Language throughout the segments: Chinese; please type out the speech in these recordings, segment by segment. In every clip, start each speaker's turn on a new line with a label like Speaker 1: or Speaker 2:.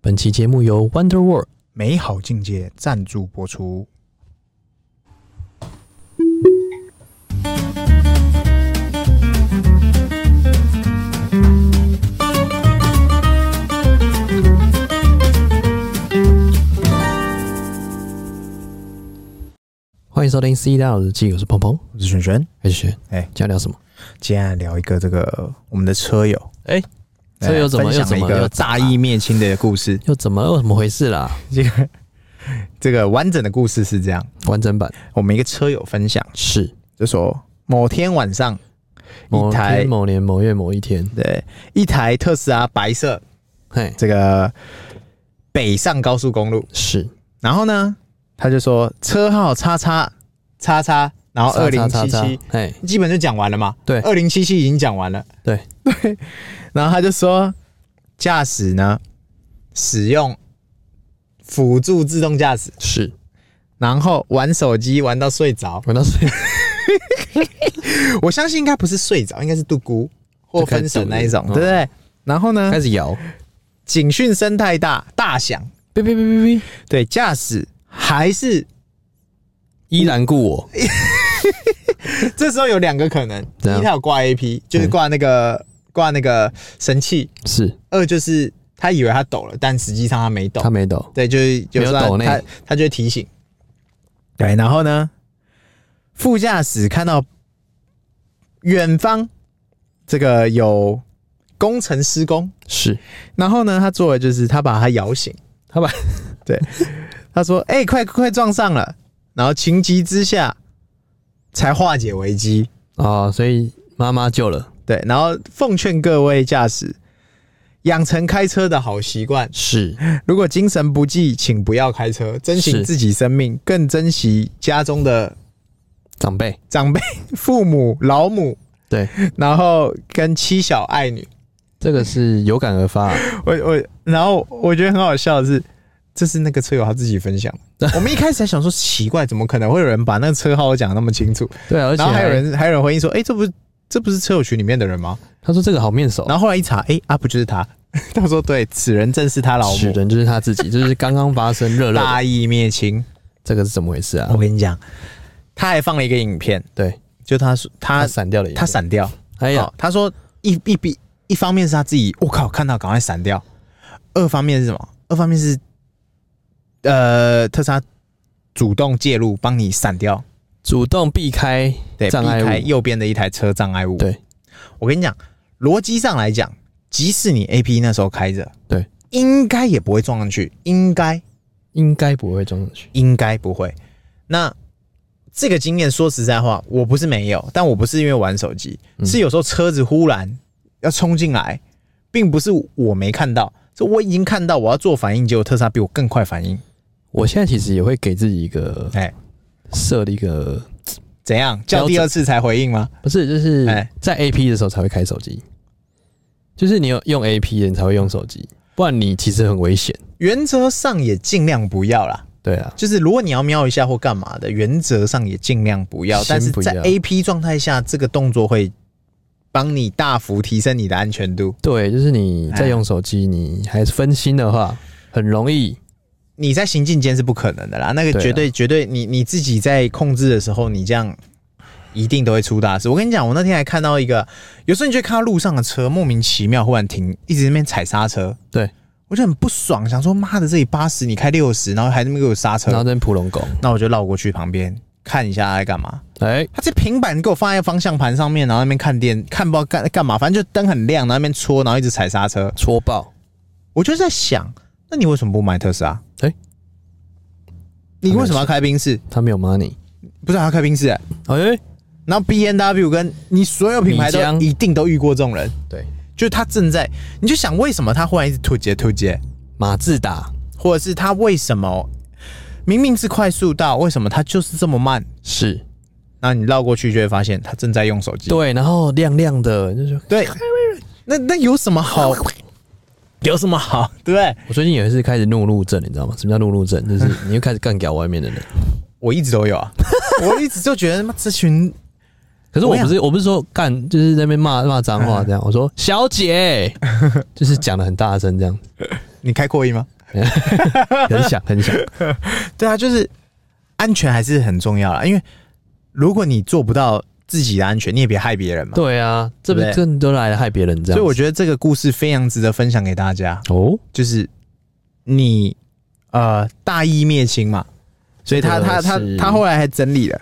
Speaker 1: 本期节目由 Wonder World
Speaker 2: 美好境界赞助播出。
Speaker 1: 欢迎收听《C 大佬日记》，我是鹏鹏，
Speaker 2: 我是璇璇，
Speaker 1: 还是轩？
Speaker 2: 哎
Speaker 1: 今天聊什么？
Speaker 2: 今天来聊一个这个我们的车友，
Speaker 1: 哎
Speaker 2: 哎
Speaker 1: 车友怎么
Speaker 2: 分享
Speaker 1: 又
Speaker 2: 了
Speaker 1: 怎么又
Speaker 2: 一个
Speaker 1: 怎么
Speaker 2: 大义灭亲的故事？
Speaker 1: 又怎么了？又怎么回事啦？
Speaker 2: 这个这个完整的故事是这样：
Speaker 1: 完整版
Speaker 2: 我们一个车友分享，
Speaker 1: 是
Speaker 2: 就说某天晚上，
Speaker 1: 某
Speaker 2: 一台
Speaker 1: 天某年某月某一天，
Speaker 2: 对一台特斯拉白色
Speaker 1: 嘿，
Speaker 2: 这个北上高速公路，
Speaker 1: 是
Speaker 2: 然后呢，他就说车号叉叉叉叉，然后哦二零七七，，
Speaker 1: 哎，
Speaker 2: 基本就讲完了嘛。
Speaker 1: 对
Speaker 2: 二零七七已经讲完了。
Speaker 1: 对
Speaker 2: 对，然后他就说，驾驶呢使用辅助自动驾驶，
Speaker 1: 是
Speaker 2: 然后玩手机玩到睡着。
Speaker 1: 玩到睡，
Speaker 2: 我相信应该不是睡着，应该是度咕或分神那一种，
Speaker 1: 就
Speaker 2: 对
Speaker 1: 开始
Speaker 2: 不对？然后呢
Speaker 1: 开，始 摇，
Speaker 2: 警讯声太大，大响，
Speaker 1: 哔哔哔哔哔，
Speaker 2: 对驾驶还是
Speaker 1: 依然故我，
Speaker 2: 这时候有两个可能，第
Speaker 1: 怎样
Speaker 2: 一他有挂 A P，就是挂那个挂那个神器；
Speaker 1: 是
Speaker 2: 二就是他以为他抖了，但实际上他没抖
Speaker 1: 他。没抖，
Speaker 2: 对，就是有
Speaker 1: 没
Speaker 2: 时
Speaker 1: 有抖
Speaker 2: 候
Speaker 1: 内
Speaker 2: 他他他就会提醒。对，然后呢，副驾驶看到远方这个有工程施工，
Speaker 1: 是
Speaker 2: 然后呢，他做的就是他把他摇醒，
Speaker 1: 他把
Speaker 2: 对，他说：“哎、快快撞上了！”然后情急之下才化解危机。
Speaker 1: 啊，所以妈妈救了，
Speaker 2: 对，然后奉劝各位驾驶，养成开车的好习惯。
Speaker 1: 是
Speaker 2: 如果精神不济，请不要开车，珍惜
Speaker 1: 是
Speaker 2: 自己生命，更珍惜家中的
Speaker 1: 长辈，
Speaker 2: 长辈、父母、老母，
Speaker 1: 对，
Speaker 2: 然后跟妻小爱女。
Speaker 1: 这个是有感而 发啊，
Speaker 2: 我我，然后我觉得很好笑的是，这是那个车友他自己分享 的。我们一开始还想说奇怪，怎么可能会有人把那个车号讲得那么清楚？
Speaker 1: 对啊，而且
Speaker 2: 然后还有人还有人回应说，哎、这不是这不是车友群里面的人吗？
Speaker 1: 他说这个好面熟，
Speaker 2: 然后后来一查，哎、啊不就是他。 他说对，此人正是他老
Speaker 1: 死
Speaker 2: 母。
Speaker 1: 人就是他自己，就是刚刚发生热热的，
Speaker 2: 大哦义灭亲。
Speaker 1: 这个是怎么回事啊
Speaker 2: 我？跟你讲，他还放了一个影片，
Speaker 1: 对，
Speaker 2: 就他说
Speaker 1: 他
Speaker 2: 他
Speaker 1: 闪掉了，
Speaker 2: 他，闪掉，
Speaker 1: 哎
Speaker 2: 哎
Speaker 1: 呀，
Speaker 2: 他说一一比一方面是他自己，我靠，看到赶快闪掉；二方面是什么？二方面是呃特斯拉主动介入帮你闪掉，
Speaker 1: 主动避开
Speaker 2: 对，
Speaker 1: 障碍
Speaker 2: 避开
Speaker 1: 物，
Speaker 2: 右边的一台车障碍物。
Speaker 1: 对，
Speaker 2: 我跟你讲，逻辑上来讲，即使你 A P 那时候开着，
Speaker 1: 对，
Speaker 2: 应该也不会撞上去，应该
Speaker 1: 应该不会撞上去。
Speaker 2: 应该不会。那这个经验说实在话，我不是没有，但我不是因为玩手机，
Speaker 1: 嗯
Speaker 2: 是有时候车子忽然要冲进来，并不是我没看到，是我已经看到我要做反应，结果特斯拉比我更快反应。
Speaker 1: 我现在其实也会给自己一个
Speaker 2: 哎、
Speaker 1: 设立一个，
Speaker 2: 怎样
Speaker 1: 标
Speaker 2: 叫
Speaker 1: 准
Speaker 2: 第二次才回应吗？
Speaker 1: 不是就是
Speaker 2: 哎
Speaker 1: 在 A P 的时候才会开手机，就是你有用 A P 的你才会用手机，不然你其实很危险。
Speaker 2: 原则上也尽量不要啦。
Speaker 1: 对啊，
Speaker 2: 就是如果你要瞄一下或干嘛的，原则上也尽量不要。
Speaker 1: 先
Speaker 2: 但是
Speaker 1: 不
Speaker 2: 在
Speaker 1: 要
Speaker 2: A P 状态下，这个动作会帮你大幅提升你的安全度。
Speaker 1: 对，就是你在用手机，你还是分心的话，很容易
Speaker 2: 你在行进间是不可能的啦，那个
Speaker 1: 对啊
Speaker 2: 绝对绝对你你自己在控制的时候，你这样一定都会出大事。我跟你讲，我那天还看到一个，有时候你就会看到路上的车莫名其妙忽然停，一直在那边踩刹车，
Speaker 1: 对，
Speaker 2: 我就很不爽，想说妈的这里八十你开六十，然后还在那边给我刹
Speaker 1: 然后
Speaker 2: 车，
Speaker 1: 在扑龙狗。
Speaker 2: 那我就绕过去旁边看一下他在干嘛。
Speaker 1: 哎，
Speaker 2: 他这平板给我放在方向盘上面，然后在那边看电看不知道干干嘛，反正就灯很亮，然后在那边戳，然后一直踩刹车。
Speaker 1: 戳爆！
Speaker 2: 我就在想，那你为什么不买特斯拉？
Speaker 1: 哎
Speaker 2: 你为什么要开宾士？
Speaker 1: 他没有 money。
Speaker 2: 不是还要开宾士、欸，
Speaker 1: 哎，
Speaker 2: 然后 B N W 跟你所有品牌
Speaker 1: 米江
Speaker 2: 都一定都遇过这种人，
Speaker 1: 对，
Speaker 2: 就是他正在，你就想为什么他忽然一直突劫突劫，
Speaker 1: 马自达
Speaker 2: 或者是他为什么明明是快速道，为什么他就是这么慢？
Speaker 1: 是
Speaker 2: 然后你绕过去就会发现他正在用手机，
Speaker 1: 对，然后亮亮的，就是
Speaker 2: 对，那那有什么好？有什么好？对不对？
Speaker 1: 我最近也是开始怒怒症，你知道吗？什么叫怒怒症？就是你又开始干掉外面的人。
Speaker 2: 我一直 都有啊，我一直就觉得他妈这群
Speaker 1: 可是我
Speaker 2: 我想
Speaker 1: 不是我不是说干，就是在那边骂骂
Speaker 2: 嗯
Speaker 1: 脏话这样。我说小姐，就是讲的很大声这样。
Speaker 2: 你开扩音吗？
Speaker 1: 很想很 想，
Speaker 2: 对啊，就是安全还是很重要啦，因为如果你做不到自己的安全，你也别害别人嘛。
Speaker 1: 对啊，这不
Speaker 2: 对不对
Speaker 1: 这都来害别人这样子，
Speaker 2: 所以我觉得这个故事非常值得分享给大家，
Speaker 1: 得哦，
Speaker 2: 就是你呃大义灭亲嘛，所以
Speaker 1: 这
Speaker 2: 他
Speaker 1: 个
Speaker 2: 他他
Speaker 1: 是
Speaker 2: 他后来还整理了，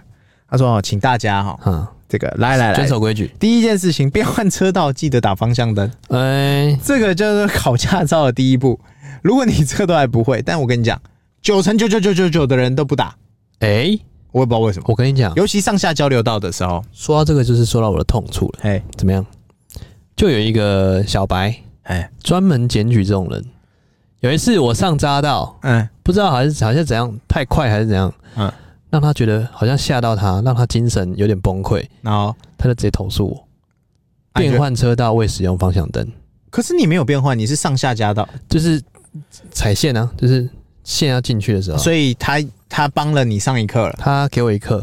Speaker 2: 他说哦，请大家哈、
Speaker 1: 哈，
Speaker 2: 这个来来
Speaker 1: 遵
Speaker 2: 来，
Speaker 1: 守规矩，
Speaker 2: 第一件事情变换车道记得打方向灯，
Speaker 1: 哎，
Speaker 2: 这个就是考驾照的第一步。如果你这都还不会，但我跟你讲，九成九九九九九的人都不打，
Speaker 1: 哎，
Speaker 2: 我也不知道为什么，
Speaker 1: 我跟你讲，
Speaker 2: 尤其上下交流道的时候，
Speaker 1: 说到这个就是说到我的痛处了，
Speaker 2: 哎
Speaker 1: 怎么样？就有一个小白
Speaker 2: 哎
Speaker 1: 专门检举这种人。有一次我上匝道，
Speaker 2: 嗯
Speaker 1: 不知道还是好像怎样太快还是怎样，
Speaker 2: 嗯，
Speaker 1: 让他觉得好像吓到他，让他精神有点崩溃，
Speaker 2: 然后
Speaker 1: 他就直接投诉我。
Speaker 2: 啊你就
Speaker 1: 变换车道未使用方向灯，
Speaker 2: 可是你没有变换，你是上下加道，
Speaker 1: 就是踩线啊，就是线要进去的时候，
Speaker 2: 所以他他帮了你上一课了。
Speaker 1: 他给我一课，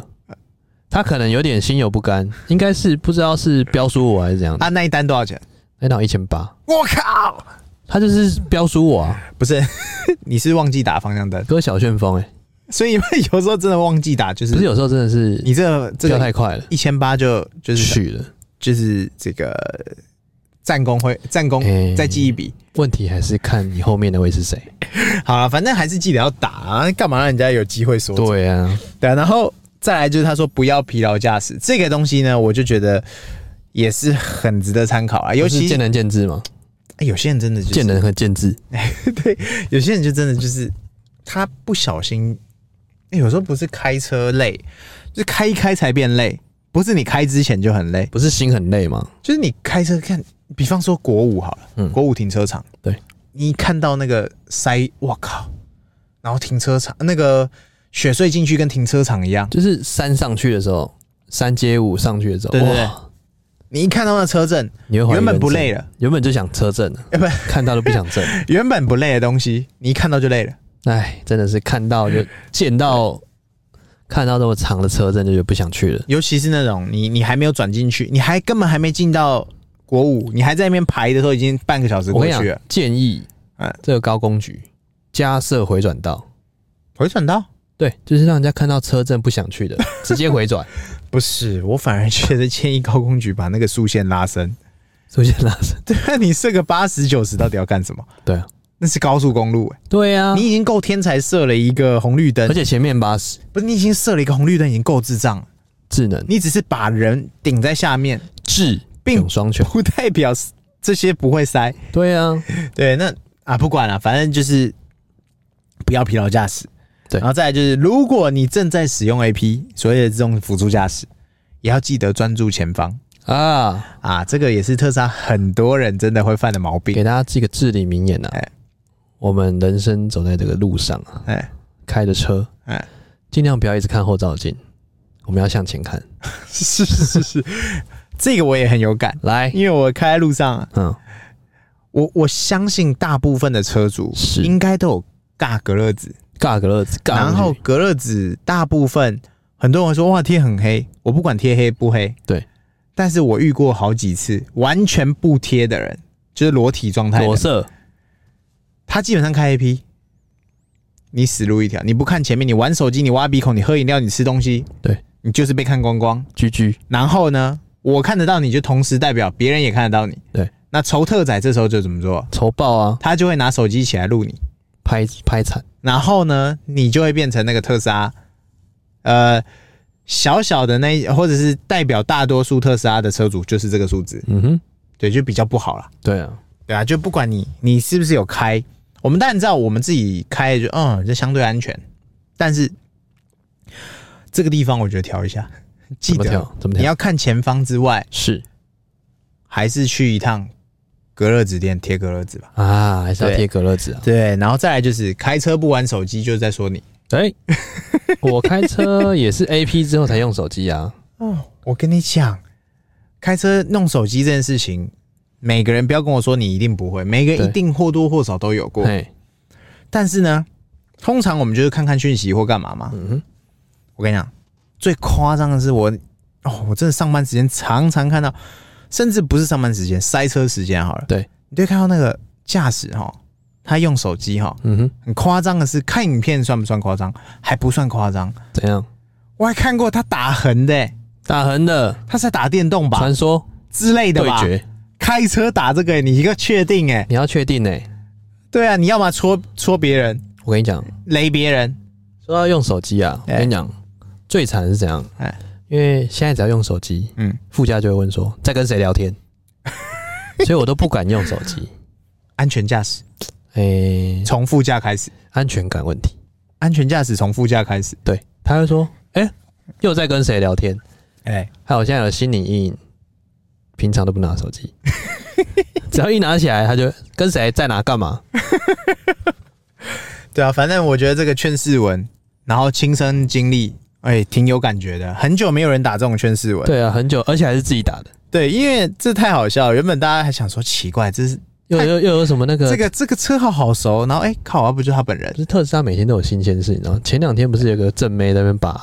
Speaker 1: 他可能有点心有不甘，应该是不知道是标输我还是怎样的，
Speaker 2: 啊，那一单多少钱？
Speaker 1: 那到一千八，
Speaker 2: 我靠！
Speaker 1: 他就是标输我啊，
Speaker 2: 不是， 你是忘记打方向灯，
Speaker 1: 哥小旋风哎、欸，
Speaker 2: 所以有时候真的忘记打，就
Speaker 1: 可是
Speaker 2: 是
Speaker 1: 有时候真的是
Speaker 2: 你这这
Speaker 1: 飙
Speaker 2: 个
Speaker 1: 太快了，
Speaker 2: 一千八就就是
Speaker 1: 去了，
Speaker 2: 就是这个战功会战功
Speaker 1: 哎
Speaker 2: 再记一笔。
Speaker 1: 问题还是看你后面那位是谁。
Speaker 2: 好了，反正还是记得要打啊，干嘛让人家有机会说？
Speaker 1: 对啊，
Speaker 2: 对啊，然后再来就是他说不要疲劳驾驶这个东西呢，我就觉得也是很值得参考啊，
Speaker 1: 就
Speaker 2: 尤其
Speaker 1: 是见仁见智嘛，
Speaker 2: 哎有些人真的就是
Speaker 1: 见仁和见智。
Speaker 2: 有些人就真的就是他不小心，欸有时候不是开车累，就是开一开才变累，不是你开之前就很累，
Speaker 1: 不是心很累吗？
Speaker 2: 就是你开车看，比方说国五好了，
Speaker 1: 嗯
Speaker 2: 国五停车场，
Speaker 1: 对，
Speaker 2: 你一看到那个塞，我靠，然后停车场那个雪隧进去跟停车场一样，
Speaker 1: 就是山上去的时候，山街舞上去的时候，
Speaker 2: 对对对
Speaker 1: 哇，
Speaker 2: 你一看到那车阵，
Speaker 1: 你会怀疑
Speaker 2: 原本
Speaker 1: 人
Speaker 2: 不
Speaker 1: 生
Speaker 2: 累了，
Speaker 1: 原本就想车 震了，
Speaker 2: 哎、不，
Speaker 1: 看到都不想 震。
Speaker 2: 原本不累的东西，你一看到就累了。
Speaker 1: 哎，真的是看到就见到，看到那么长的车震就觉得不想去了。
Speaker 2: 尤其是那种你你还没有转进去，你还根本还没进到国五，你还在那边排的时候，已经半个小时
Speaker 1: 我
Speaker 2: 过
Speaker 1: 跟你
Speaker 2: 去
Speaker 1: 讲
Speaker 2: 了。，
Speaker 1: 建议
Speaker 2: 哎
Speaker 1: 这个高工局加设回转道。
Speaker 2: 回转到
Speaker 1: 对，就是让人家看到车震不想去 的，直接回转，
Speaker 2: 不是，我反而觉得建议高工局把那个速线拉伸。
Speaker 1: 出现拉伸。
Speaker 2: 对啊，你设个八十九十到底要干什么？
Speaker 1: 对啊，
Speaker 2: 那是高速公路、欸，
Speaker 1: 对啊，
Speaker 2: 你已经够天才设了一个红绿灯
Speaker 1: 而，且前面八十
Speaker 2: 不是你已经设了一个红绿灯，已经够智障了。
Speaker 1: 智能
Speaker 2: 你只是把人顶在下面，
Speaker 1: 智
Speaker 2: 并
Speaker 1: 并双全。
Speaker 2: 不代表这些不会塞。
Speaker 1: 对啊，
Speaker 2: 对，那啊不管了，反正就是不要疲劳驾驶。
Speaker 1: 对
Speaker 2: 然后再来就是，如果你正在使用 AP 所谓的这种辅助驾驶，也要记得专注前方
Speaker 1: 啊，
Speaker 2: 啊，这个也是特斯拉很多人真的会犯的毛病
Speaker 1: 给。大家这个至理名言啊
Speaker 2: 哎！
Speaker 1: 我们人生走在这个路上啊，
Speaker 2: 哎
Speaker 1: 开着车，
Speaker 2: 哎，
Speaker 1: 尽量不要一直看后照镜，我们要向前看。
Speaker 2: 是是是是，这个我也很有感，
Speaker 1: 来，
Speaker 2: 因为我开在路上啊，
Speaker 1: 嗯，
Speaker 2: 我我相信大部分的车主
Speaker 1: 是
Speaker 2: 应该都有尬隔热纸，
Speaker 1: 尬个乐子，尬
Speaker 2: 然后隔热纸大部分很多人说哇贴很黑，我不管贴黑不黑，
Speaker 1: 对，
Speaker 2: 但是我遇过好几次完全不贴的人，就是裸体状态的
Speaker 1: 裸
Speaker 2: 人，
Speaker 1: 色，
Speaker 2: 他基本上开 A P，你死路一条，你不看前面，你玩手机，你挖鼻孔，你喝饮料，你吃东西，
Speaker 1: 对
Speaker 2: 你就是被看光光。
Speaker 1: 居居，
Speaker 2: 然后呢，我看得到你就同时代表别人也看得到你，
Speaker 1: 对。
Speaker 2: 那仇特仔这时候就怎么做？
Speaker 1: 仇报啊，
Speaker 2: 他就会拿手机起来录你，
Speaker 1: 拍拍惨，
Speaker 2: 然后呢，你就会变成那个特斯拉，呃，小小的那或者是代表大多数特斯拉的车主就是这个数字，
Speaker 1: 嗯哼，
Speaker 2: 对，就比较不好了。
Speaker 1: 对啊，
Speaker 2: 对啊，就不管你你是不是有开，我们当然知道我们自己开就嗯，这相对安全，但是这个地方我觉得调一下， 记
Speaker 1: 怎么
Speaker 2: 得
Speaker 1: 跳？怎么
Speaker 2: 你
Speaker 1: 跳？
Speaker 2: 要看前方之外，
Speaker 1: 是
Speaker 2: 还是去一趟隔热纸店贴隔热纸吧。
Speaker 1: 啊，还是要
Speaker 2: 对
Speaker 1: 贴隔乐子啊？
Speaker 2: 对，然后再来就是开车不玩手机，就是在说你。
Speaker 1: 哎， 我开车也是 A P 之后才用手机啊，
Speaker 2: 哦，我跟你讲，开车弄手机这件事情，每个人不要跟我说你一定不会，每个人
Speaker 1: 对
Speaker 2: 一定或多或少都有过。
Speaker 1: 哎，
Speaker 2: 但是呢，通常我们就是看看讯息或干嘛嘛。
Speaker 1: 嗯哼，
Speaker 2: 我跟你讲，最夸张的是我，哦，我真的上班时间常常看到，甚至不是上班时间，塞车时间好了，
Speaker 1: 对
Speaker 2: 你就会看到那个驾驶哈，他用手机哈，
Speaker 1: 嗯哼，
Speaker 2: 很夸张的是，看影片算不算夸张？还不算夸张，
Speaker 1: 怎样？
Speaker 2: 我还看过他打横的、
Speaker 1: 打横的
Speaker 2: 他是在打电动吧
Speaker 1: 传说
Speaker 2: 之类的
Speaker 1: 对
Speaker 2: 吧？
Speaker 1: 决，
Speaker 2: 开车打这个、你一个确定哎、
Speaker 1: 你要确定呢、欸
Speaker 2: 对啊，你要么戳戳别人，
Speaker 1: 我跟你讲，
Speaker 2: 雷别人，
Speaker 1: 说到用手机啊，我
Speaker 2: 哎
Speaker 1: 跟你讲，最惨的是怎样？
Speaker 2: 哎
Speaker 1: 因为现在只要用手机，
Speaker 2: 嗯，
Speaker 1: 副驾就会问说在跟谁聊 天，所以我都不敢用手机。
Speaker 2: 安全驾驶，
Speaker 1: 哎、
Speaker 2: 从副驾开始，
Speaker 1: 安全感问题。
Speaker 2: 安全驾驶从副驾开始，
Speaker 1: 对，他会说，哎、又在跟谁聊天？
Speaker 2: 哎、
Speaker 1: 还有现在有心理阴影，平常都不拿手 机，只要一拿起来，他就跟谁在哪干嘛？
Speaker 2: 对啊，反正我觉得这个劝世文，然后亲身经历，哎、挺有感觉的。很久没有人打这种劝世文，
Speaker 1: 对啊，很久，而且还是自己打的。
Speaker 2: 对，因为这太好笑了。原本大家还想说奇怪，这是
Speaker 1: 又又又有什么那个？
Speaker 2: 哎这个这个车号好熟，然后哎、靠，啊不就是他本人
Speaker 1: 不？是特斯拉每天都有新鲜事，你知道吗？前两天不是有个正妹在那边把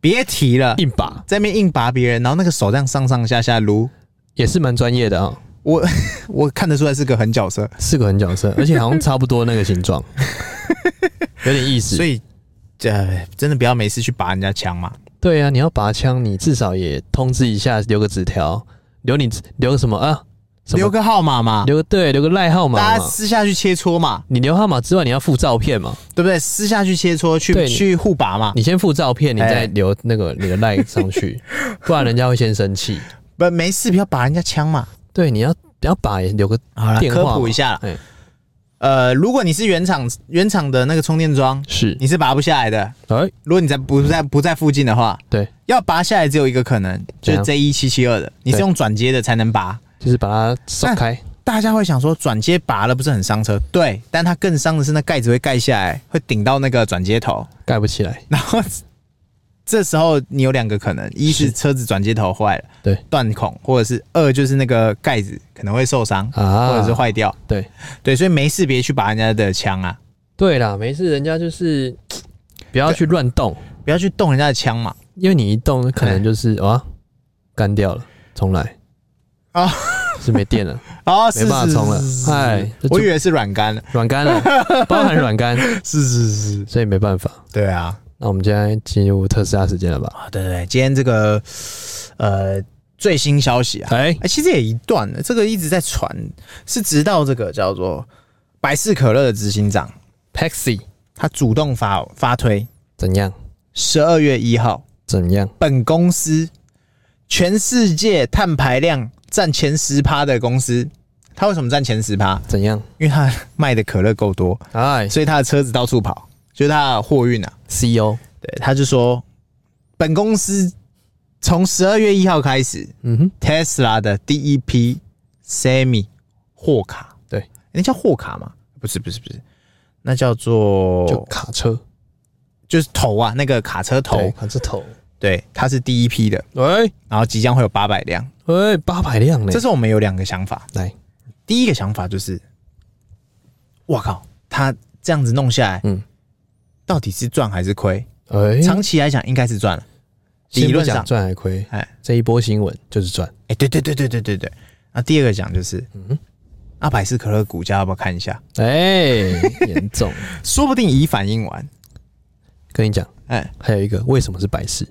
Speaker 2: 别提了，
Speaker 1: 硬把，
Speaker 2: 在那边硬拔别人，然后那个手这样上上下下撸，
Speaker 1: 也是蛮专业的啊、
Speaker 2: 我我看得出来是个狠角色，
Speaker 1: 是个狠角色，而且好像差不多那个形 状，有点意思
Speaker 2: 所。以呃，真的不要没事去拔人家枪嘛。
Speaker 1: 对啊，你要拔枪，你至少也通知一下，留个纸条，留你留个什么啊？什么
Speaker 2: 留个号码嘛，
Speaker 1: 留个对，留个赖号码
Speaker 2: 大家
Speaker 1: 嘛。
Speaker 2: 私下去切磋嘛，
Speaker 1: 你留号码之外，你要附照片嘛？
Speaker 2: 对不对？私下去切磋，去
Speaker 1: 对你
Speaker 2: 去互拔嘛。
Speaker 1: 你先附照片，你再
Speaker 2: 哎
Speaker 1: 留那个你的赖上去， 不然人家会先生气。
Speaker 2: 不，没事，不要拔人家枪嘛。
Speaker 1: 对，你要你要把也留个
Speaker 2: 好了，
Speaker 1: 电话
Speaker 2: 科
Speaker 1: 嘛
Speaker 2: 普一下啦。
Speaker 1: 哎，
Speaker 2: 呃，如果你是原厂原厂的那个充电桩，
Speaker 1: 是
Speaker 2: 你是拔不下来的。
Speaker 1: 哎，
Speaker 2: 如果你在不在不在附近的话，
Speaker 1: 对，
Speaker 2: 要拔下来只有一个可能，
Speaker 1: 怎
Speaker 2: 就
Speaker 1: 样
Speaker 2: 是 J 一七七二的，你是用转接的才能拔。
Speaker 1: 就是把它松开。
Speaker 2: 大家会想说，转接拔了不是很伤车？对，但它更伤的是那盖子会盖下来，会顶到那个转接头，
Speaker 1: 盖不起来，
Speaker 2: 然后这时候你有两个可能，一
Speaker 1: 是
Speaker 2: 是车子转接头坏了，
Speaker 1: 对，
Speaker 2: 断孔，或者是二就是那个盖子可能会受伤，
Speaker 1: 啊
Speaker 2: 或者是坏掉。
Speaker 1: 对
Speaker 2: 对，所以没事别去拔人家的枪啊，
Speaker 1: 对啦，没事，人家就是不要去乱动，
Speaker 2: 不要去动人家的枪嘛。
Speaker 1: 因为你一动，可能就是啊干掉了，重来
Speaker 2: 啊，
Speaker 1: 是没电 了，
Speaker 2: 哦，是
Speaker 1: 没办法
Speaker 2: 是
Speaker 1: 充了
Speaker 2: 是是，是
Speaker 1: 哎，这就
Speaker 2: 我以为是软干了，
Speaker 1: 软干了，包含软干，
Speaker 2: 是是是，
Speaker 1: 所以没办法。
Speaker 2: 对啊，
Speaker 1: 那我们现在进入特斯拉时间了吧？
Speaker 2: 啊对对对，今天这个呃最新消息啊，
Speaker 1: 哎，
Speaker 2: 哎、其实也一段了，这个一直在传，是直到这个叫做百事可乐的执行长，
Speaker 1: Paxi
Speaker 2: 他主动发发推，
Speaker 1: 怎样？
Speaker 2: 十二月一号，
Speaker 1: 怎样？
Speaker 2: 本公司全世界碳排量占前十趴的公司，它为什么占前十趴？
Speaker 1: 怎样？
Speaker 2: 因为它卖的可乐够多，
Speaker 1: 哎
Speaker 2: 所以它的车子到处跑，就是它的货运啊。
Speaker 1: ，CEO，
Speaker 2: 对，他就说，本公司从十二月一号开始
Speaker 1: 嗯哼，
Speaker 2: ，Tesla 的第一批 Semi 货卡，
Speaker 1: 对，
Speaker 2: 那叫货卡吗？不是，不是，不是，那叫做
Speaker 1: 就卡车
Speaker 2: 就是头啊，那个卡车头，
Speaker 1: 对哎卡车头，
Speaker 2: 对，它是第一批的，
Speaker 1: 喂
Speaker 2: 然后即将会有八百辆。
Speaker 1: 喂，哎八百辆嘞
Speaker 2: 这，是我们有两个想法，
Speaker 1: 来，
Speaker 2: 第一个想法就是，我靠，他这样子弄下来，
Speaker 1: 嗯
Speaker 2: 嗯，到底是赚还是亏？
Speaker 1: 哎，
Speaker 2: 长期来讲应该是赚了，
Speaker 1: 先
Speaker 2: 理
Speaker 1: 不
Speaker 2: 论
Speaker 1: 讲
Speaker 2: 上，
Speaker 1: 赚还亏，
Speaker 2: 哎。
Speaker 1: 这一波新闻就是赚，
Speaker 2: 哎、对对对对对对对。那第二个讲就是，
Speaker 1: 嗯
Speaker 2: 嗯，阿百事可乐股价要不要看一下？
Speaker 1: 哎，严重。
Speaker 2: 说不定已反应完。
Speaker 1: 跟你讲，
Speaker 2: 哎、
Speaker 1: 还有一个为什么是百事？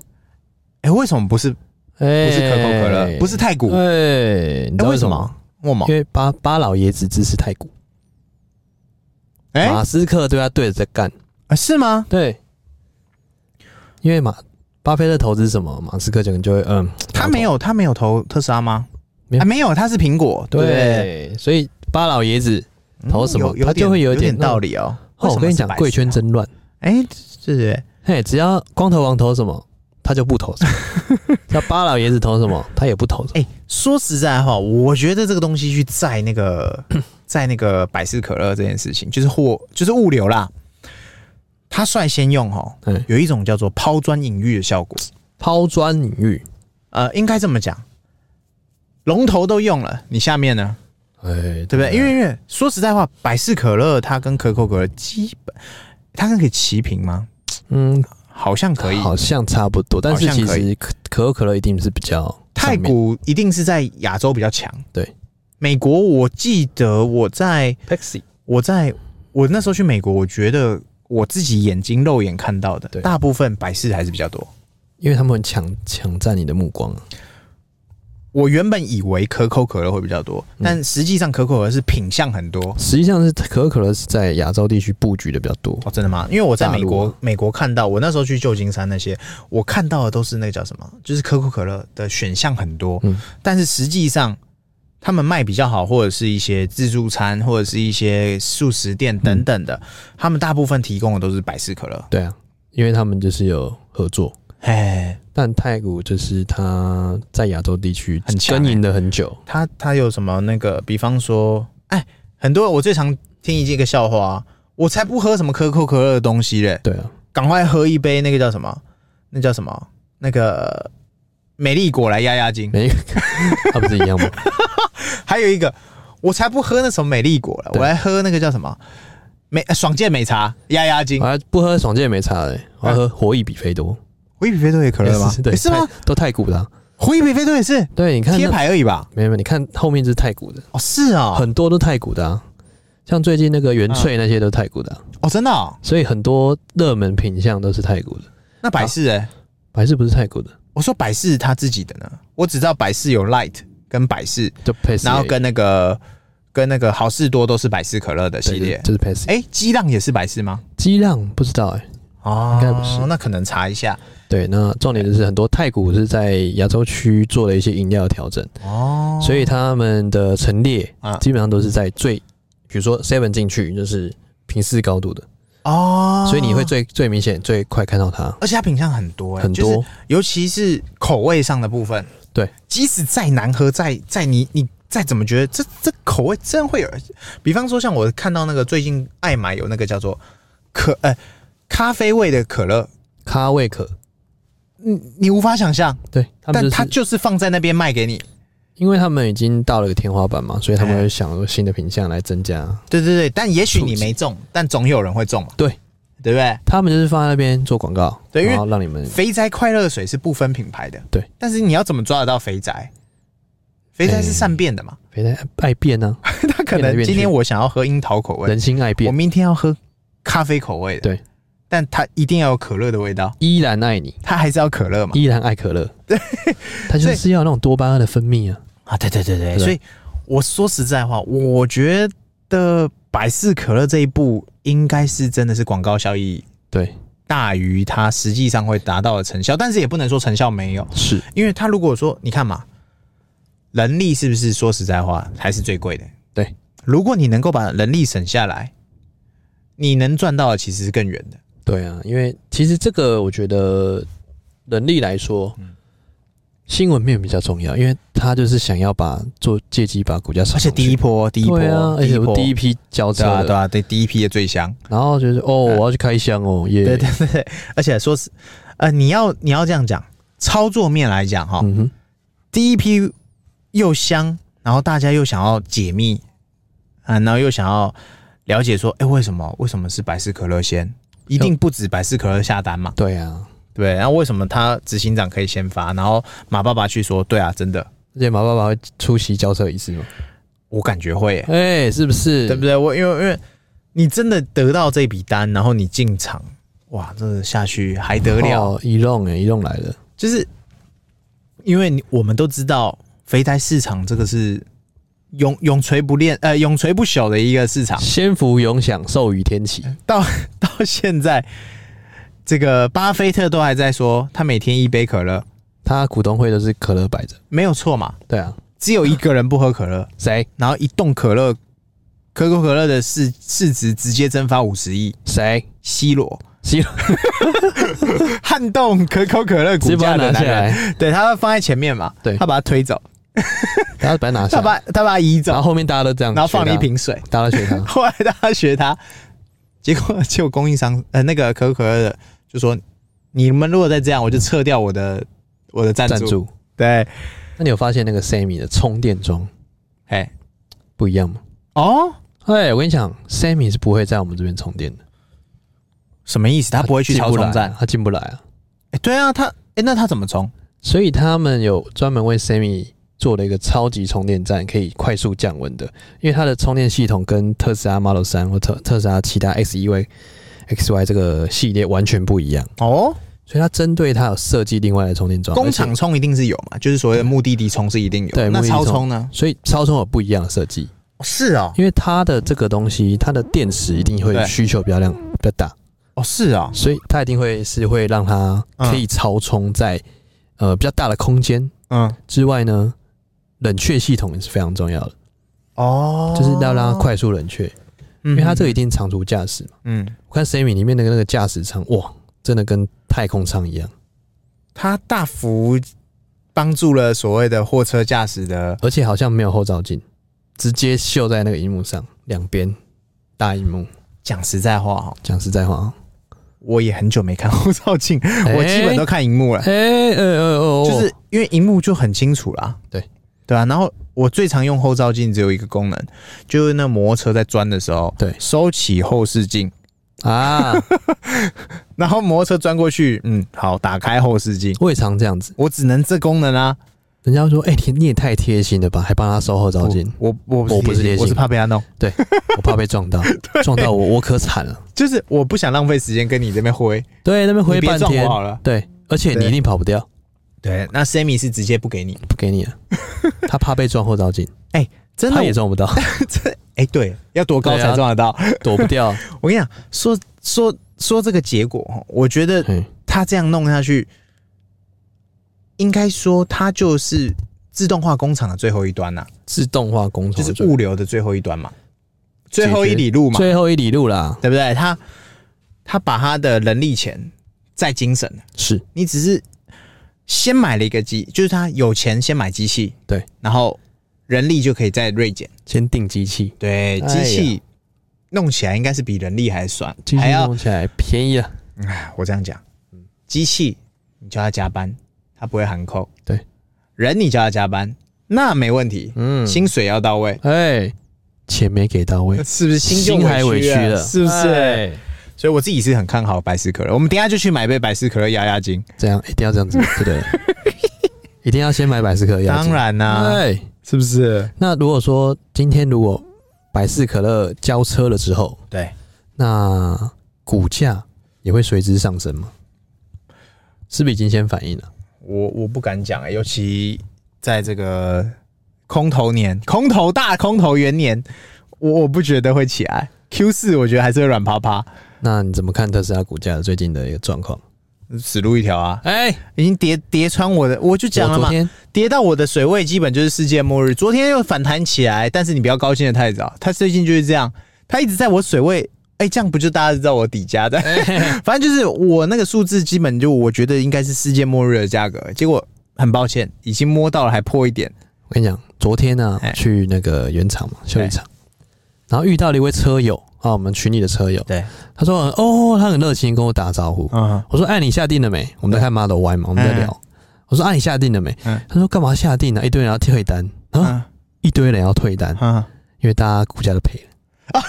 Speaker 2: 哎、为什么不是不
Speaker 1: 哎
Speaker 2: 是可口可乐，不是太古？哎、
Speaker 1: 哎，你知道
Speaker 2: 为
Speaker 1: 什么？
Speaker 2: 什么？为什么
Speaker 1: 因？为巴巴老爷子支持太古，
Speaker 2: 哎、
Speaker 1: 马斯克对他对着在干，
Speaker 2: 啊是吗？
Speaker 1: 对，因为马巴菲特投资什么，马斯克可能就会嗯，
Speaker 2: 他没有他没有投特斯拉吗？
Speaker 1: 没有
Speaker 2: 啊，没有，他是苹果，对不对，
Speaker 1: 对，所以巴老爷子投什么
Speaker 2: 嗯有有
Speaker 1: 他就会有
Speaker 2: 有
Speaker 1: 点
Speaker 2: 点道理哦。
Speaker 1: 哦，
Speaker 2: 为什
Speaker 1: 我
Speaker 2: 么
Speaker 1: 跟你
Speaker 2: 是
Speaker 1: 讲，
Speaker 2: 百事
Speaker 1: 贵圈，真乱，
Speaker 2: 哎、对对对，
Speaker 1: 嘿，只要光头王投什么，他就不投什么； 那巴老爷子投什么，他也不投什么。
Speaker 2: 哎、说实在哈，我觉得这个东西去载那 个载那个百事可乐这件事情，就是货就是物流啦，它率先用哈
Speaker 1: 嗯，
Speaker 2: 有一种叫做抛砖引玉的效果。
Speaker 1: 抛砖引玉，
Speaker 2: 呃，应该这么讲，龙头都用了，你下面呢，
Speaker 1: 哎，
Speaker 2: 对不对？因为因为说实在话，百事可乐它跟可口可乐基本，它跟可以齐平吗？
Speaker 1: 嗯，
Speaker 2: 好像可以。
Speaker 1: 好像差不多，但是
Speaker 2: 好
Speaker 1: 其
Speaker 2: 像可以
Speaker 1: 实可可口可乐一定是比较
Speaker 2: 太
Speaker 1: 上面
Speaker 2: 古一定是在亚洲比较强，
Speaker 1: 对。
Speaker 2: 美国，我记得我在
Speaker 1: Pepsi
Speaker 2: 我在我那时候去美国，我觉得我自己眼睛肉眼看到的
Speaker 1: 对，
Speaker 2: 大部分白事还是比较多。
Speaker 1: 因为他们很抢抢占你的目光。
Speaker 2: 我原本以为可口可乐会比较多，
Speaker 1: 嗯
Speaker 2: 但实际上可口可乐是品相很多。
Speaker 1: 实际上是可口可乐是在亚洲地区布局的比较多，
Speaker 2: 哦，真的吗？因为我在美
Speaker 1: 大陆
Speaker 2: 国
Speaker 1: 啊，
Speaker 2: 美国看到我那时候去旧金山那些，我看到的都是那个叫什么，就是可口可乐的选项很多，
Speaker 1: 嗯
Speaker 2: 但是实际上他们卖比较好，或者是一些自助餐，或者是一些素食店等等的，他们大部分提供的都是百事可乐。
Speaker 1: 对啊，因为他们就是有合作。
Speaker 2: 哎，
Speaker 1: 但太古就是它在亚洲地区
Speaker 2: 很强欸
Speaker 1: 耕耘了很久，
Speaker 2: 他他有什么那个，比方说，哎，很多我最常听一个笑话、啊，我才不喝什么可口可乐的东西嘞，
Speaker 1: 对啊，
Speaker 2: 赶快喝一杯那个叫什么，那叫什么，那个美丽果来压压惊。
Speaker 1: 每一个它不是一样 吗？
Speaker 2: 还有一个，我才不喝那什么美丽果了，
Speaker 1: 对
Speaker 2: 我来喝那个叫什么美呃爽健美茶压压惊
Speaker 1: 我。还啊不喝爽健没差嘞，我要喝活益比菲多，？
Speaker 2: 回比飞多也可乐啊吗
Speaker 1: 对，
Speaker 2: 诶是
Speaker 1: 太？
Speaker 2: 吗？
Speaker 1: 都太古的啊、
Speaker 2: 回比飞多也是
Speaker 1: 对，你看
Speaker 2: 贴
Speaker 1: 那，
Speaker 2: 牌而已吧？
Speaker 1: 没有没有，你看后面是太古的，
Speaker 2: 哦，是哦，
Speaker 1: 很多都太古的啊，像最近那个元萃那些都是太古的啊、
Speaker 2: 哦，真的哦。
Speaker 1: 所以很多热门品相都是太古的，
Speaker 2: 那百事哎，
Speaker 1: 百事不是太古的，
Speaker 2: 我说百事他自己的呢，我只知道百事有 Light 跟百事，
Speaker 1: 就 Pace，
Speaker 2: 然后跟那个跟那个好事多都是百事可乐的系列。
Speaker 1: 就是 Pace，
Speaker 2: 哎，激浪也是百事吗？
Speaker 1: 激浪不知道哎、
Speaker 2: 哦，
Speaker 1: 应该不是
Speaker 2: 那可能查一下。
Speaker 1: 对，那重点就是很多太古是在亚洲区做了一些饮料的调整，
Speaker 2: 哦，
Speaker 1: 所以他们的陈列
Speaker 2: 啊
Speaker 1: 基本上都是在最，比如说 Seven 进去就是平视高度的，
Speaker 2: 哦，
Speaker 1: 所以你会，最最明显、最快看到它。
Speaker 2: 而且它品相很多哎，
Speaker 1: 很
Speaker 2: 就是
Speaker 1: 多
Speaker 2: 尤其是口味上的部分。
Speaker 1: 对，
Speaker 2: 即使再难喝，再再你你再怎么觉得这这口味真会有，比方说像我看到那个最近爱买有那个叫做可呃咖啡味的可乐，
Speaker 1: 咖位可，
Speaker 2: 你你无法想象，
Speaker 1: 对他们
Speaker 2: 但
Speaker 1: 就
Speaker 2: 它
Speaker 1: 是，
Speaker 2: 就是放在那边卖给你。
Speaker 1: 因为他们已经到了个天花板嘛，所以他们
Speaker 2: 哎
Speaker 1: 会想出新的品相来增加。
Speaker 2: 对对对，但也许你
Speaker 1: 触及
Speaker 2: 没中，但总有人会中嘛。
Speaker 1: 对，
Speaker 2: 对不对？
Speaker 1: 他们就是放在那边做广告，
Speaker 2: 对因为
Speaker 1: 然后让你们
Speaker 2: 肥宅快乐水是不分品牌的，
Speaker 1: 对。
Speaker 2: 但是你要怎么抓得到肥宅？肥宅是善变的嘛？
Speaker 1: 别太爱变呢、
Speaker 2: 他可
Speaker 1: 变来
Speaker 2: 能
Speaker 1: 变
Speaker 2: 今
Speaker 1: 去
Speaker 2: 天我想要喝樱桃口味，
Speaker 1: 人心爱
Speaker 2: 我
Speaker 1: 变，
Speaker 2: 明天要喝咖啡口味的，
Speaker 1: 对，
Speaker 2: 但它一定要有可乐的味道，
Speaker 1: 依然爱你，
Speaker 2: 它还是要可乐嘛？
Speaker 1: 依然爱可乐。对， 他就
Speaker 2: 所以
Speaker 1: 是要有那种多巴胺的分泌啊。
Speaker 2: 啊，对对对对
Speaker 1: 对
Speaker 2: 所以我说实在话，我觉得百事可乐这一步应该是真的是广告效益
Speaker 1: 对，
Speaker 2: 大于它实际上会达到的成效，但是也不能说成效没有，
Speaker 1: 是
Speaker 2: 因为它如果说你看嘛，人力是不是说实在话还是最贵的？
Speaker 1: 对，
Speaker 2: 如果你能够把人力省下来，你能赚到的其实是更远的。
Speaker 1: 对啊，因为其实这个我觉得能力来说，
Speaker 2: 嗯
Speaker 1: 新闻面比较重要，因为他就是想要把做借机把股价上
Speaker 2: 而
Speaker 1: 上去，
Speaker 2: 且第一波，第一波，
Speaker 1: 对啊，而
Speaker 2: 第一
Speaker 1: 且
Speaker 2: 波
Speaker 1: 我第一批交车
Speaker 2: 对啊，
Speaker 1: 的，
Speaker 2: 对啊，对第一批的最香。
Speaker 1: 然后就是哦，我要去开箱哦，耶，
Speaker 2: 嗯对对对对，而且说是，呃，你要你要这样讲，操作面来讲哈，
Speaker 1: 嗯哼，
Speaker 2: 第一批又香，然后大家又想要解密，啊，然后又想要了解说，哎、为什么为什么是百事可乐先？一定不止百事可乐下单嘛，
Speaker 1: 对啊，
Speaker 2: 对不对，然后为什么他执行长可以先发，然后马爸爸去说，对啊，真的，
Speaker 1: 而且马爸爸会出席交车仪式嘛，
Speaker 2: 我感觉会耶、
Speaker 1: 哎，是不是？
Speaker 2: 啊对不对？我因为因为你真的得到这笔单，然后你进场，哇，这下去还得了？
Speaker 1: 哦？一弄哎，一弄来了，
Speaker 2: 就是因为你我们都知道，肥宅市场这个是永永垂不变呃永垂不朽的一个市场，
Speaker 1: 先福永享授予天启，
Speaker 2: 到到现在，这个巴菲特都还在说他每天一杯可乐，
Speaker 1: 他股东会都是可乐摆着，
Speaker 2: 没有错嘛，
Speaker 1: 对啊，
Speaker 2: 只有一个人不喝可乐，
Speaker 1: 谁
Speaker 2: 然后一栋可乐。可口可乐的市市值直接蒸发五十亿，
Speaker 1: 谁
Speaker 2: C 罗
Speaker 1: 西
Speaker 2: 撼动可口可乐
Speaker 1: 直接
Speaker 2: 股
Speaker 1: 把
Speaker 2: 价
Speaker 1: 它拿
Speaker 2: 的男
Speaker 1: 下
Speaker 2: 人，
Speaker 1: 来，
Speaker 2: 对，他放在前面嘛，
Speaker 1: 对
Speaker 2: 他把他推走，
Speaker 1: 他把它拿下
Speaker 2: 他
Speaker 1: 来。
Speaker 2: 把他把他移
Speaker 1: 然
Speaker 2: 走，
Speaker 1: 后后面大家都这样，
Speaker 2: 然后放了
Speaker 1: 学
Speaker 2: 一
Speaker 1: 他，
Speaker 2: 瓶水，
Speaker 1: 大家都学他，
Speaker 2: 后来大家学他，结果结果供应商呃那个可口可乐的就说，你们如果再这样，我就撤掉我的我 的赞
Speaker 1: 赞
Speaker 2: 助。
Speaker 1: 助。
Speaker 2: 对，
Speaker 1: 那你有发现那个 Sammy 的充电桩
Speaker 2: 哎，
Speaker 1: 不一样吗？
Speaker 2: 哦，
Speaker 1: 哎，我跟你讲，Sammy 是不会在我们这边充电的，
Speaker 2: 什么意思？他不会去
Speaker 1: 进
Speaker 2: 超
Speaker 1: 来
Speaker 2: 充站？
Speaker 1: 他进不来啊。
Speaker 2: 哎，对啊，他哎，那他怎么充？
Speaker 1: 所以他们有专门为 Sammy 做了一个超级充电站，可以快速降温的，因为它的充电系统跟特斯拉 Model 三或特特斯拉其他 X E V X Y 这个系列完全不一样，
Speaker 2: 哦，
Speaker 1: 所以它针对它有设计另外的充电桩，
Speaker 2: 工
Speaker 1: 而且
Speaker 2: 厂充一定是有嘛，就是所谓的目的地充是一定有。
Speaker 1: 对
Speaker 2: 那
Speaker 1: 目的地
Speaker 2: 超
Speaker 1: 充
Speaker 2: 充呢？
Speaker 1: 所以超充有不一样的设计，
Speaker 2: 是哦，
Speaker 1: 因为它的这个东西，它的电池一定
Speaker 2: 对
Speaker 1: 会需求比较量比较大，
Speaker 2: 哦是哦，
Speaker 1: 所以它一定会是会让它可以超充在、呃比较大的空间
Speaker 2: 嗯，
Speaker 1: 之外呢，冷却系统也是非常重要的，
Speaker 2: 哦，嗯
Speaker 1: 就是要让它，快速冷却，
Speaker 2: 因
Speaker 1: 因为它这个一定长途驾驶嘛。
Speaker 2: 嗯，
Speaker 1: 我看 Sammy 里面的那个驾驶舱，哇，真的跟太空舱一样，
Speaker 2: 它大幅帮助了所谓的货车驾驶的
Speaker 1: 而且好像没有后照镜，直接秀在那个荧幕上，两边大荧幕。
Speaker 2: 讲实在话哈，
Speaker 1: 讲实在话哦，
Speaker 2: 我也很久没看后 照镜， 我基本都看荧幕了，
Speaker 1: 哎哎哎哦，
Speaker 2: 就是因为荧幕就很清楚啦。
Speaker 1: 对
Speaker 2: 对啊，然后我最常用后照镜只有一个功能，就是那摩托车在钻的时候，
Speaker 1: 对
Speaker 2: 收起后视镜，
Speaker 1: 啊，
Speaker 2: 然后摩托车钻过去，嗯，好，打开后视镜，
Speaker 1: 我也常这样子。
Speaker 2: 我只能这功能啊。
Speaker 1: 人家说：“哎、你你也太贴心了吧，还帮他收后照镜，
Speaker 2: 我我
Speaker 1: 我不是贴
Speaker 2: 贴心，
Speaker 1: 心
Speaker 2: 我是怕被他弄，
Speaker 1: 我怕被撞 到，撞到我我可惨了。
Speaker 2: 就是我不想浪费时间跟你这边挥，”
Speaker 1: 对，那边
Speaker 2: 你
Speaker 1: 回
Speaker 2: 别
Speaker 1: 半
Speaker 2: 撞我
Speaker 1: 天，
Speaker 2: 好了。
Speaker 1: 对，而且你
Speaker 2: 对
Speaker 1: 一定跑不掉，
Speaker 2: 对，那 Sammy 是直接不给你，
Speaker 1: 不给你了。他怕被撞后照 镜，
Speaker 2: 真
Speaker 1: 他
Speaker 2: 的
Speaker 1: 也撞不到，
Speaker 2: 哎、对，要多高
Speaker 1: 对啊
Speaker 2: 才撞得到？
Speaker 1: 躲不 掉。
Speaker 2: 我跟你讲，说说说这个结果，哦我觉得
Speaker 1: 嘿
Speaker 2: 他这样弄下去，应该说他就是自动化工厂的最后一端呐、啊
Speaker 1: 自动化工
Speaker 2: 就
Speaker 1: 厂
Speaker 2: 是物流的最后一端嘛，最后一里路嘛，
Speaker 1: 最后一里路啦，
Speaker 2: 对不对？他他把他的人力钱再精神，
Speaker 1: 是
Speaker 2: 你只是先买了一个机，就是他有钱先买机器，
Speaker 1: 对，
Speaker 2: 然后人力就可以再锐减，
Speaker 1: 先定机器，
Speaker 2: 对，
Speaker 1: 哎
Speaker 2: 机
Speaker 1: 呀
Speaker 2: 器弄起来应该是比人力还算，
Speaker 1: 机器
Speaker 2: 还要
Speaker 1: 弄起来便宜啊了，
Speaker 2: 哎，我这样讲，机器你叫他加班，他不会喊扣；
Speaker 1: 对，
Speaker 2: 人你叫他加班，那没问题，
Speaker 1: 嗯，
Speaker 2: 薪水要 到位，
Speaker 1: 哎，钱没给到位，
Speaker 2: 是不是心就
Speaker 1: 心还委屈了，
Speaker 2: 啊是不是？
Speaker 1: 哎？
Speaker 2: 所以我自己是很看好百事可乐，我们等一下就去买杯百事可乐压压惊。
Speaker 1: 这样一定要这样 子，对的，一定要先买百事可乐压
Speaker 2: 当
Speaker 1: 惊。
Speaker 2: 然啊啦、
Speaker 1: 哎，
Speaker 2: 是不是？
Speaker 1: 那如果说今天如果百事可乐交车了之后，
Speaker 2: 对，
Speaker 1: 那股价也会随之上升吗？是不是已经先反应了？
Speaker 2: 我我不敢讲、欸，尤其在这个空头年、空头大空头元年，我我不觉得会起来。Q 四我觉得还是会软趴趴，
Speaker 1: 那你怎么看特斯拉股价最近的一个状况？
Speaker 2: 死路一条啊！
Speaker 1: 哎、
Speaker 2: 已经跌跌穿我的，我就讲
Speaker 1: 我
Speaker 2: 了
Speaker 1: 昨
Speaker 2: 嘛，
Speaker 1: 天
Speaker 2: 跌到我的水位基本就是世界末日。昨天又反弹起来，但是你不要高兴的太早，它最近就是这样，它一直在我水位。哎、这样不就大家知道我底价的？
Speaker 1: 哎
Speaker 2: 反正就是我那个数字，基本就我觉得应该是世界末日的价格。结果很抱歉，已经摸到了，还破一点。
Speaker 1: 我跟你讲，昨天呢、
Speaker 2: 哎
Speaker 1: 去那个原厂嘛，修理厂，然后遇到了一位车友啊，我们群里的车友，
Speaker 2: 对，
Speaker 1: 他说哦，他很热情跟我打招呼，
Speaker 2: 嗯，
Speaker 1: 我说哎，你下定了没？我们在看 Model Y 嘛，我们在聊，我说哎，你下定了没？
Speaker 2: 嗯
Speaker 1: 他说干嘛下定呢、一堆人要退单啊，
Speaker 2: 嗯
Speaker 1: 一堆人要退单，
Speaker 2: 嗯
Speaker 1: 因为大家股价都赔 了，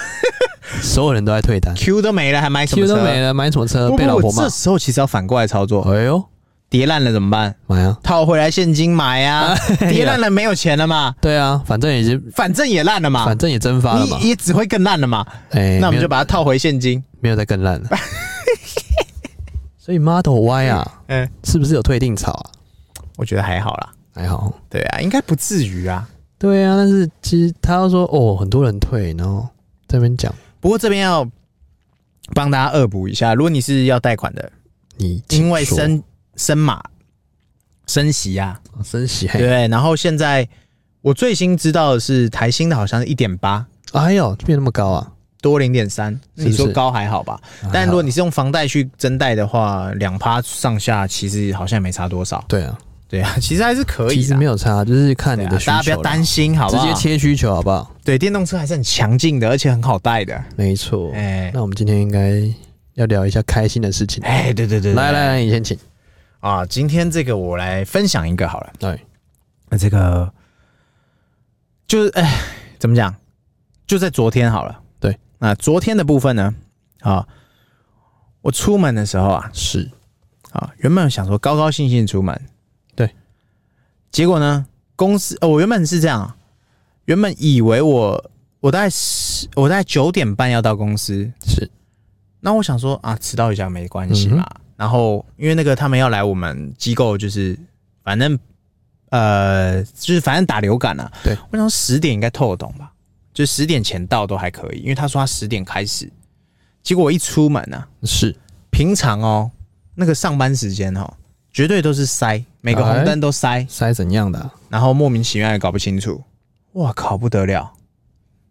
Speaker 1: 所有人都在退单
Speaker 2: q 都没了，还买 什么
Speaker 1: ，Q
Speaker 2: 车？啊
Speaker 1: 都没了，买什么车
Speaker 2: 不
Speaker 1: 被老
Speaker 2: 不
Speaker 1: 婆
Speaker 2: 不，
Speaker 1: 骂
Speaker 2: 这？时候其实要反过来操作，
Speaker 1: 哎呦，
Speaker 2: 跌烂了怎么办？
Speaker 1: 买啊！
Speaker 2: 套回来现金买 啊，跌烂
Speaker 1: 了，
Speaker 2: 了没有钱了嘛，
Speaker 1: 对啊，反正已经，
Speaker 2: 反正也烂了嘛
Speaker 1: 反，正也蒸发了嘛
Speaker 2: 你，也只会更烂了嘛。
Speaker 1: 哎，
Speaker 2: 那我
Speaker 1: 没
Speaker 2: 们
Speaker 1: 有
Speaker 2: 就把它套回现金。
Speaker 1: 没有再更烂了。所以 Model Y 啊，
Speaker 2: 嗯，
Speaker 1: 是不是有退订潮啊？
Speaker 2: 我觉得还好啦。
Speaker 1: 还好。
Speaker 2: 对啊，应该不至于啊。
Speaker 1: 对啊，但是其实他要说哦，很多人退，然后这边讲
Speaker 2: 不过这边要帮大家恶补一下，如果你是要贷款的，
Speaker 1: 你请
Speaker 2: 因为
Speaker 1: 说
Speaker 2: 升升码升息啊，
Speaker 1: 哦升息，嘿
Speaker 2: 对。然后现在我最新知道的是台新的好像是一点八
Speaker 1: 哎呦，变那么高啊！
Speaker 2: 多零点三，
Speaker 1: 是不是啊
Speaker 2: 你说高还好吧？但如果你是用房贷去增贷的话，两趴上下其实好像也没差多少。
Speaker 1: 对啊，
Speaker 2: 对啊， 其实还是可以
Speaker 1: 其
Speaker 2: 的。
Speaker 1: 实没有差，就是看
Speaker 2: 对
Speaker 1: 你
Speaker 2: 啊
Speaker 1: 的需求
Speaker 2: 大
Speaker 1: 啦、
Speaker 2: 家不要担心，好
Speaker 1: 直
Speaker 2: 不好？
Speaker 1: 接切需求好不好？
Speaker 2: 对，电动车还是很强劲的，而且很好带的。
Speaker 1: 没错。
Speaker 2: 哎、
Speaker 1: 那我们今天应该要聊一下开心的事情。
Speaker 2: 哎、对对对对
Speaker 1: 来来来，你先请。
Speaker 2: 啊！今天这个我来分享一个好了，
Speaker 1: 对，
Speaker 2: 那这个就是哎，怎么讲？就在昨天好了。
Speaker 1: 对，
Speaker 2: 那昨天的部分呢？啊，我出门的时候啊，
Speaker 1: 是
Speaker 2: 啊，原本想说高高兴兴出门，
Speaker 1: 对，
Speaker 2: 结果呢，公司，呃，我原本是这样，原本以为我我大概十，我大概九点半要到公司，
Speaker 1: 是
Speaker 2: 那我想说啊，迟到一下没关系
Speaker 1: 嗯
Speaker 2: 嘛。然后因为那个他们要来我们机构，就是反正呃，就是反正打流感啊。
Speaker 1: 对，
Speaker 2: 我想十点应该透得懂吧，就十点前到都还可以，因为他说他十点开始。结果我一出门啊，
Speaker 1: 是，
Speaker 2: 平常哦，那个上班时间哦，绝对都是塞，每
Speaker 1: 哎
Speaker 2: 个红灯都塞，
Speaker 1: 塞怎样的啊、
Speaker 2: 然后莫名其妙也搞不清楚。哇靠，不得了！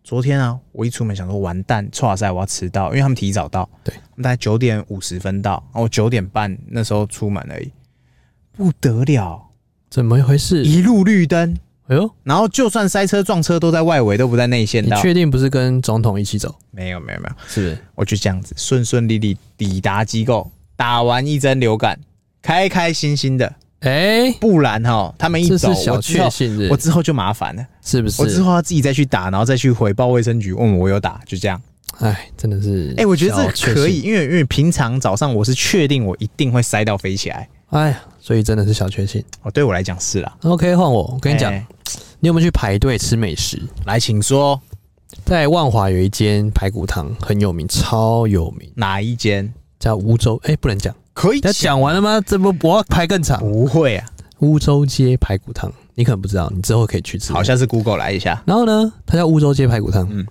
Speaker 2: 昨天啊，我一出门想说完蛋，错赛我要迟到，因为他们提早到，
Speaker 1: 对，
Speaker 2: 他们大概九点五十分到，然后我九点半那时候出门而已，不得了，
Speaker 1: 怎么一回事？
Speaker 2: 一路绿灯，
Speaker 1: 哎呦，
Speaker 2: 然后就算塞车撞车都在外围，都不在内线
Speaker 1: 你
Speaker 2: 道。
Speaker 1: 确定不是跟总统一起走？
Speaker 2: 没有没有没有，
Speaker 1: 是不是？
Speaker 2: 我就这样子顺顺利利抵达机构，打完一针流感，开开心心的。
Speaker 1: 哎、
Speaker 2: 不然哈，他们一
Speaker 1: 这
Speaker 2: 走，
Speaker 1: 是小
Speaker 2: 我之
Speaker 1: 确
Speaker 2: 后
Speaker 1: 幸是
Speaker 2: 我
Speaker 1: 不是，
Speaker 2: 之后就麻烦了。
Speaker 1: 是不是？
Speaker 2: 我之后要自己再去打，然后再去回报卫生局问我有打，就这样。
Speaker 1: 哎，真的是，
Speaker 2: 哎、我觉得
Speaker 1: 小
Speaker 2: 这
Speaker 1: 确
Speaker 2: 个可以，
Speaker 1: 幸，
Speaker 2: 因为因为平常早上我是确定我一定会塞到飞起来。
Speaker 1: 哎呀，所以真的是小确幸。
Speaker 2: 哦，对我来讲是啦。
Speaker 1: OK，换我，我跟你讲，
Speaker 2: 哎
Speaker 1: 你有没有去排队吃美食？
Speaker 2: 来，请说
Speaker 1: 在万华有一间排骨汤很有名，超有名，
Speaker 2: 哪一间？
Speaker 1: 叫乌州。哎、不能讲，
Speaker 2: 可以
Speaker 1: 要讲完了吗？这不我要排更长。
Speaker 2: 不会啊，
Speaker 1: 乌州街排骨汤，你可能不知道，你之后可以去吃。
Speaker 2: 好，下次 Google 来一下
Speaker 1: 然后呢，它叫乌州街排骨汤，
Speaker 2: 嗯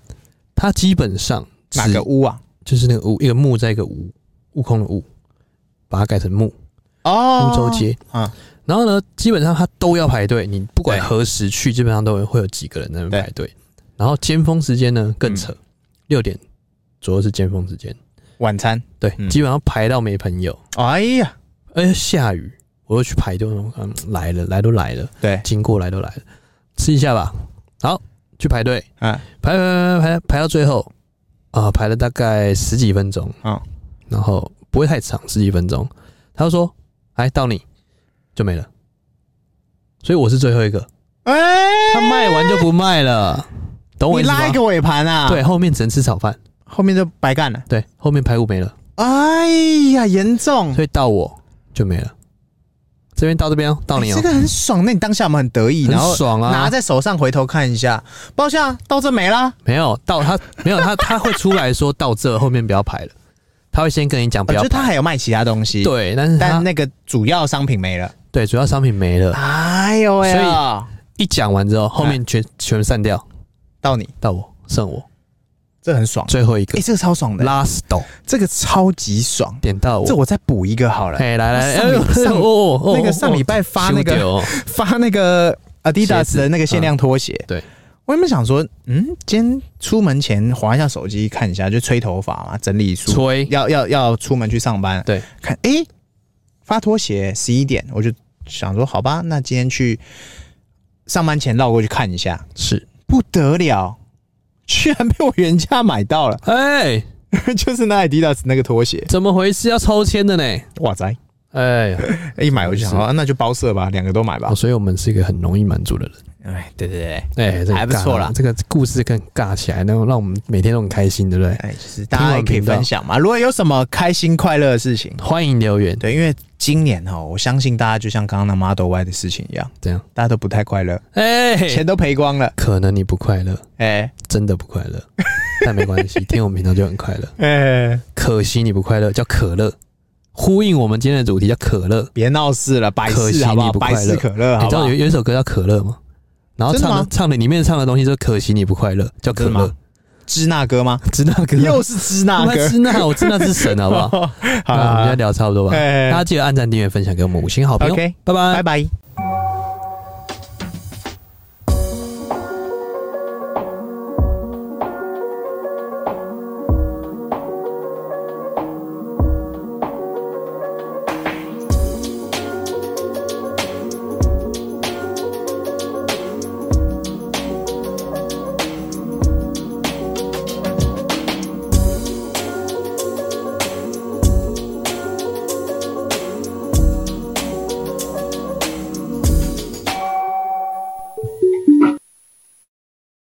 Speaker 1: 它基本上只
Speaker 2: 哪个屋啊？
Speaker 1: 就是那个悟，一个木在一个悟，悟空的悟，把它改成木，
Speaker 2: 哦，
Speaker 1: 乌州街。
Speaker 2: 啊，
Speaker 1: 然后呢，基本上它都要排队，你不管
Speaker 2: 对
Speaker 1: 何时去，基本上都有会有几个人在那边排队。然后尖峰时间呢更
Speaker 2: 嗯
Speaker 1: 扯，六、点左右是尖峰时间，
Speaker 2: 晚餐。
Speaker 1: 对，
Speaker 2: 嗯
Speaker 1: 基本上排到没朋友，
Speaker 2: 哎呀，
Speaker 1: 而且下雨，我又去排队，我看嗯来了，来都来了，
Speaker 2: 对，
Speaker 1: 经过来都来了，吃一下吧。好，去排队，
Speaker 2: 啊，
Speaker 1: 排排排排排到最后，啊、排了大概十几分钟，
Speaker 2: 嗯
Speaker 1: 然后不会太长，十几分钟。他就说：“哎，到你就没了。”所以我是最后一个，
Speaker 2: 哎、
Speaker 1: 他卖完就不卖了，懂我意
Speaker 2: 你
Speaker 1: 思
Speaker 2: 拉
Speaker 1: 吗
Speaker 2: 一？个尾盘啊？
Speaker 1: 对，，后面只能吃炒饭，
Speaker 2: 后面就白干了。
Speaker 1: 对，后面排骨没了，
Speaker 2: 哎呀，严重。
Speaker 1: 所以到我就没了。这边到这边哦，到你
Speaker 2: 欸
Speaker 1: 哦
Speaker 2: 这，个很爽。那你当下我们很得意，然后
Speaker 1: 很爽啊
Speaker 2: 拿！在手上回头看一下，抱歉啊，到这没啦，
Speaker 1: 没有到他没有他他会出来说到这后面不要排了，他会先跟你讲不
Speaker 2: 我觉
Speaker 1: 要
Speaker 2: 得哦他
Speaker 1: 排。
Speaker 2: 还有卖其他东西，，
Speaker 1: 对，但是他
Speaker 2: 但那个主要商品没了。
Speaker 1: 对主要商品没了，
Speaker 2: 哎呦喂啊，
Speaker 1: 一讲完之后，后
Speaker 2: 哎
Speaker 1: 面全全散掉，
Speaker 2: 到你，
Speaker 1: 到我剩我
Speaker 2: 这很爽，
Speaker 1: 最后一个
Speaker 2: 哎，这个超爽的，
Speaker 1: ，last 斗
Speaker 2: 这个超级爽。
Speaker 1: 点到
Speaker 2: 这
Speaker 1: 我，
Speaker 2: 我再补一个好了，
Speaker 1: 哎，来来，
Speaker 2: 上礼
Speaker 1: 哎呦
Speaker 2: 上
Speaker 1: 哦哦
Speaker 2: 那个上礼拜发那个 发那个
Speaker 1: 鞋
Speaker 2: Adidas
Speaker 1: 子嗯
Speaker 2: 的那个限量拖鞋。
Speaker 1: 对，
Speaker 2: 我原本想说，嗯，今天出门前划一下手机看一下，就吹头发嘛，整理梳
Speaker 1: 吹
Speaker 2: 要要要出门去上班，
Speaker 1: 对，
Speaker 2: 看诶，发拖鞋十一点，我就想说好吧，那今天去上班前绕过去看一下，
Speaker 1: 是，
Speaker 2: 不得了，居然被我原价买到了，
Speaker 1: 哎，
Speaker 2: 就是那 Adidas 那个拖鞋，
Speaker 1: 怎么回事？要抽签的呢？
Speaker 2: 哇塞！
Speaker 1: 哎呀，
Speaker 2: 一买我就想
Speaker 1: 是
Speaker 2: 说，啊那就包色吧，两个都买吧
Speaker 1: 哦。所以我们是一个很容易满足的人，
Speaker 2: 哎，对对对，
Speaker 1: 哎，这个
Speaker 2: 还不错啦
Speaker 1: 尬这个故事更尬起来，然后让我们每天都很开心，对不对？
Speaker 2: 哎，就是大家也可
Speaker 1: 听
Speaker 2: 以
Speaker 1: 完频道
Speaker 2: 分享嘛。如果有什么开心快乐的事情，
Speaker 1: 欢迎留言，
Speaker 2: 对，因为今年哈，我相信大家就像刚刚那 Model Y 的事情一样，
Speaker 1: 这样，
Speaker 2: 大家都不太快乐，
Speaker 1: 哎，
Speaker 2: 钱都赔光了，
Speaker 1: 可能你不快乐，
Speaker 2: 哎
Speaker 1: 真的不快 乐，但没关系，听我们频道就很快乐。
Speaker 2: 哎，
Speaker 1: 可惜你不快乐，叫可乐，呼应我们今天的主题叫可乐。
Speaker 2: 别闹事了，百
Speaker 1: 可惜
Speaker 2: 事
Speaker 1: 你
Speaker 2: 好不好？
Speaker 1: 不快
Speaker 2: 百
Speaker 1: 乐
Speaker 2: 事可乐
Speaker 1: 你
Speaker 2: 好
Speaker 1: 知
Speaker 2: 不
Speaker 1: 道
Speaker 2: 好
Speaker 1: 有？有一首歌叫《可乐》吗？然后
Speaker 2: 真的
Speaker 1: 唱
Speaker 2: 吗
Speaker 1: 的唱的里面唱的东西就是“可惜你不快乐”，叫可
Speaker 2: 真的
Speaker 1: 乐
Speaker 2: 吗，支那哥吗？
Speaker 1: 知道可乐
Speaker 2: 又。是支那
Speaker 1: 我
Speaker 2: 哥，
Speaker 1: 知那，我知那是神，好不好？
Speaker 2: 好，
Speaker 1: 那我们今
Speaker 2: 好啊
Speaker 1: 天聊差不多吧，
Speaker 2: 哎哎哎
Speaker 1: 大家记得按赞、订阅、分享给我们五星好评哦，
Speaker 2: OK，
Speaker 1: 拜拜
Speaker 2: 拜。拜。